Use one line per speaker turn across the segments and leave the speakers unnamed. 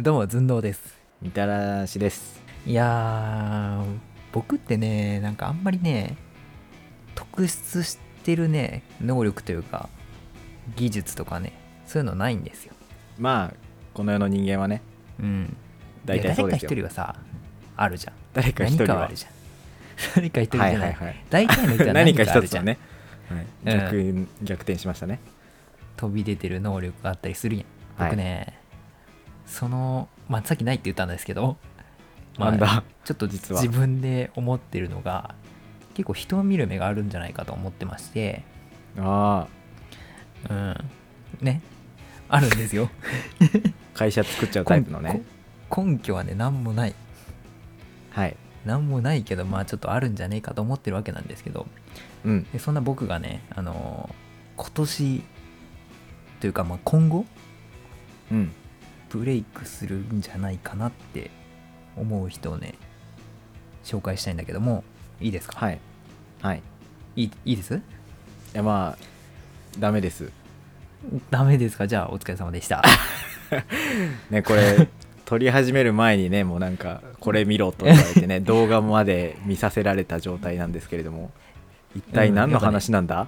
どうも寸胴です
みたらしです
いやー僕ってねなんかあんまりね特出してるね能力というか技術とかねそういうのないんですよ
まあこの世の人間はね
うん
大
いや
体そう
誰か
です
一
よ
人はさあるじゃん
誰か一
何
人
か
は
はあるじゃん 誰か一人じゃない,、
はいはいはい
大体の人は 何
何
か
か
あ
一
る
つ
じゃ
は
ん、
ね、はい、逆,、逆転しましたね
飛び出てる能力があったりするやん
はい
僕ね、その、まあ、さっきないって言ったんですけど、まあ
なんだ
ちょっと
実は
自分で思ってるのが結構人を見る目があるんじゃないかと思ってまして
ああ
うんねあるんです よ
会社作っちゃうタイプのね
こ根拠はね何もない
はい
何もないけどまあちょっとあるんじゃねえかと思ってるわけなんですけど
うん
でそんな僕がねあのー今年というかまあ今後
うん
ブレイクするんじゃないかなって思う人をね紹介したいんだけどもいいですか、
はいはいい
い、いいいです
やまあダメです
ダメですかじゃあお疲れ様でした
ねこ れ撮り始める前にねもうなんかこれ見ろと言われ てね動画まで見させられた状態なんですけれども一体何の話なんだ、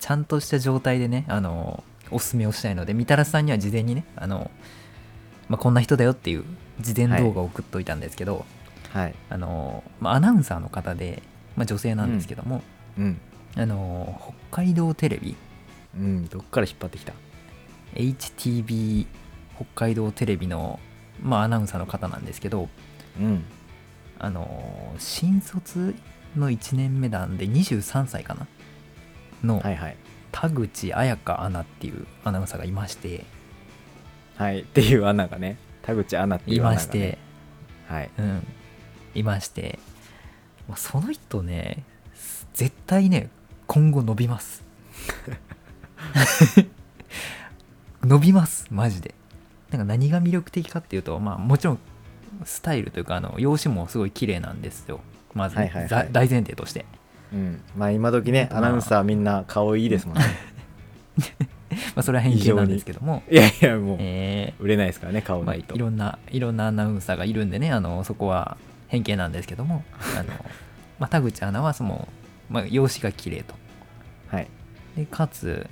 ちゃんとした状態でねあのおすすめをしたいのでみたらしさんには事前にねあの、まあ、こんな人だよっていう事前動画を送っといたんですけど、
はい
あのまあ、アナウンサーの方で、まあ、女性なんですけども、
うん
あの北海道テレビ
うんどっから引っ張ってきた
HTB 北海道テレビの、まあ、アナウンサーの方なんですけど
うん
あの新卒の1年目なんで23歳かなの
はいはい
田口彩香アナっていうアナウンサーがいまして
はいっていう穴がね田口アナってい
いう
穴が、ね、
まして
はい
うんいましてまあその人ね絶対ね今後伸びます 伸びますマジでなんか何が魅力的かっていうとまあもちろんスタイルというかあの容姿もすごい綺麗なんですよまず、
はいはいはい
ざ大前提として
うんまあ今時ね
まあ
アナウンサーみんな顔いいですもんね
まあ、それは偏見なんですけども、
いやいやもう
え
売れないですからね
ー
顔
ま
な
あ、
い
い
と、
ろんないろんなアナウンサーがいるんでねあのそこは偏見なんです けどもあの、まあ、田口アナはその、まあ、容姿が綺麗と
はい
でかつ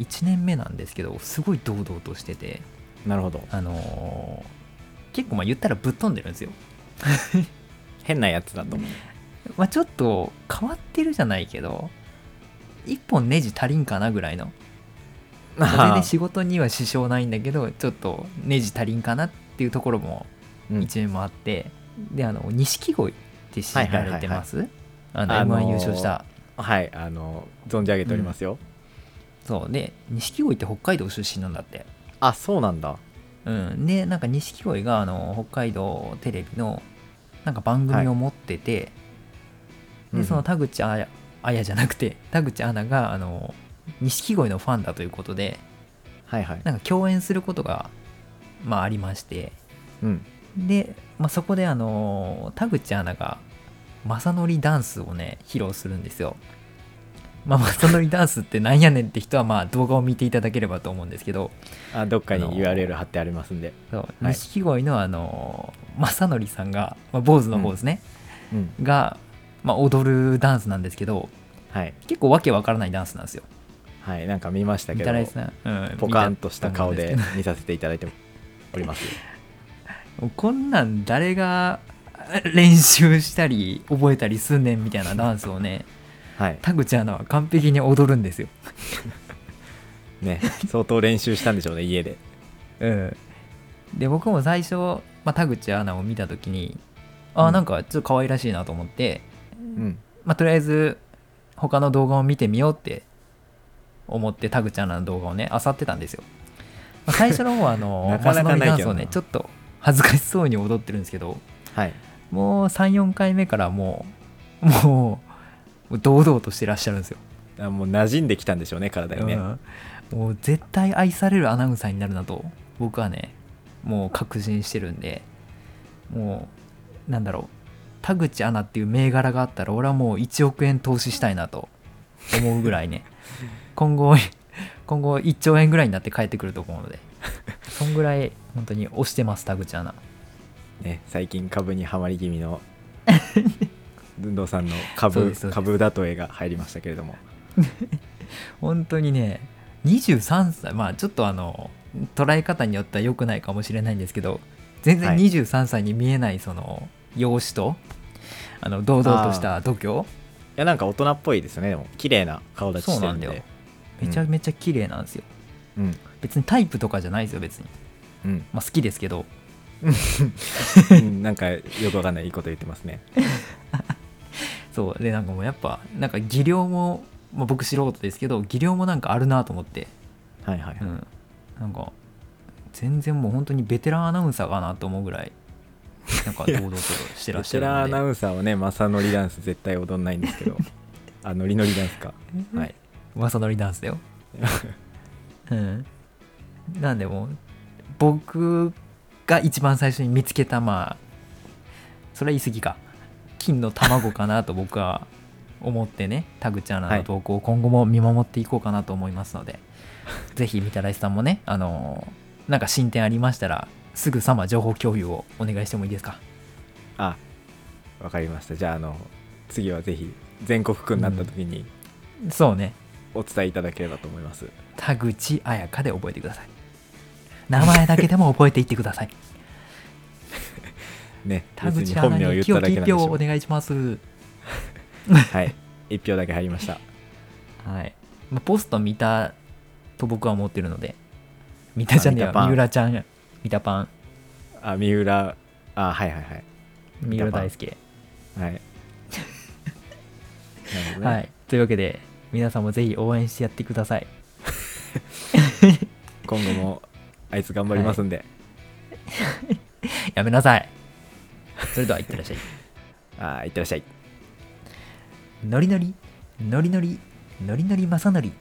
1年目なんですけどすごい堂々としてて、
なるほど
あのー結構まあ言ったらぶっ飛んでるんですよ、
変なやつだと 思う
まあ、ちょっと変わってるじゃないけど一本ネジ足りんかなぐらいのま あ全然仕事には支障ないんだけどちょっとネジ足りんかなっていうところも
うん
一面もあって、であの錦鯉って知られてます、あの
あの
m 1優勝した
はいあの存じ上げておりますよ、
そうで錦鯉って北海道出身なんだって
あそうなんだ
うんでなんか錦鯉があの北海道テレビのなんか番組を持ってて、
はい
でその田口あやあやじゃなくて田口アナがあの錦鯉のファンだということで
はいはい
なんか共演することがまあありまして
うん
で、まあ、そこであの田口アナが正則ダンスをね披露するんですよ。まあ、正則ダンスってなんやねんって人はまあ動画を見ていただければと思うんですけど
あどっかに
あの
URL 貼ってありますんで
そう
はい
錦鯉のあの正則さんが、まあ、坊主の方ですね、
うん
が、まあ、踊るダンスなんですけど
はい
結構わけわからないダンスなんですよ。
はいなんか見ました
み
け
た
ど
らしさん、うん
ポカンとした顔
見たと思うん
です見させていただいております
けどこんなん誰が練習したり覚えたりすんねんみたいなダンスをね
はい
田口アナは完璧に踊るんですよ。
ね相当練習したんでしょうね家で
うん、で僕も最初、まあ、田口アナを見た時にあ
う
ー
ん
なんかちょっと可愛らしいなと思って、
うん
まあ、とりあえず他の動画を見てみようって思って田口アナの動画をね漁ってたんですよ、まあ、最初の方はあの
なかなかな
マスノ
いけどな
リダンスをねちょっと恥ずかしそうに踊ってるんですけど
はい
もう34回目からもうもうもう堂々としてらっしゃるんですよ、
あもう馴染んできたんでしょうね体にね、
うんもう絶対愛されるアナウンサーになるなと僕はねもう確信してるんでもうなんだろう田口アナっていう銘柄があったら俺はもう1億円投資したいなと思う ぐらいね今後今後1兆円ぐらいになって帰ってくると思うのでそんぐらい本当に推してます田口アナ
ね、最近株にはまり気 味の文藤さんの
そう
株
ですそうです
株だと絵が入りましたけれども
本当にね23歳まあちょっとあの捉え方によっては良くないかもしれないんですけど全然
はい
23歳に見えないその容姿と、あの堂々とした度胸
いやなんか大人っぽいですよねでも綺麗な顔立ち
そう
して
な
るん
ん
で
だよめちゃめちゃ綺麗なんですよ、
うん
別にタイプとかじゃないですよ別に
うん
まあ好きですけど
うんなんかよくわかんないいいこと言ってますね
そうでなんかもうやっぱなんか技量も、まあ、僕素人ですけど技量もなんかあるなと思って
はいはい、
うんなんか全然もう本当にベテランアナウンサーかなと思うぐらいなんか堂々としてら
ベ
っしゃ
テ
る
ランアナ
の
ウンサーはね正則ダンス絶対踊んないんですけ どあノリノリダンスかはい
で正則ダンスだよ うんなんでもう僕が一番最初に見つけたまあそれは言い過ぎか金の卵かなと僕は思って ね田口アナの動向を今後も見守っていこうかなと思いますので、ぜひみたらしさんもねあのなんか進展ありましたらすぐさま情報共有をお願いしてもいいですか
あわかりましたじゃああの次はぜひ全国区になった時に
そうね
お伝えいただければと思います、
田口彩香で覚えてください名前だけでも覚えていってください
ね
田
別に
口ア
本
ナ
名を言
に
っ
清
ただ
き
けな
一
んでし
票
ょ
を
う
お願いします
はい1票だけ入りました
はい、まあ、ポスト見たと僕は思ってるので見たじゃねえ
あ
よ
三田パン
三浦ちゃん見たパン
あ三浦あはい はいはい
三浦大輔
はいなるほどね
はいというわけで皆さんもぜひ応援してやってください
今後もあいつ頑張りますんで、
やめなさいそれではいってら っしゃい
あいってらっしゃい
ノリノリノリノリノリノリまさのり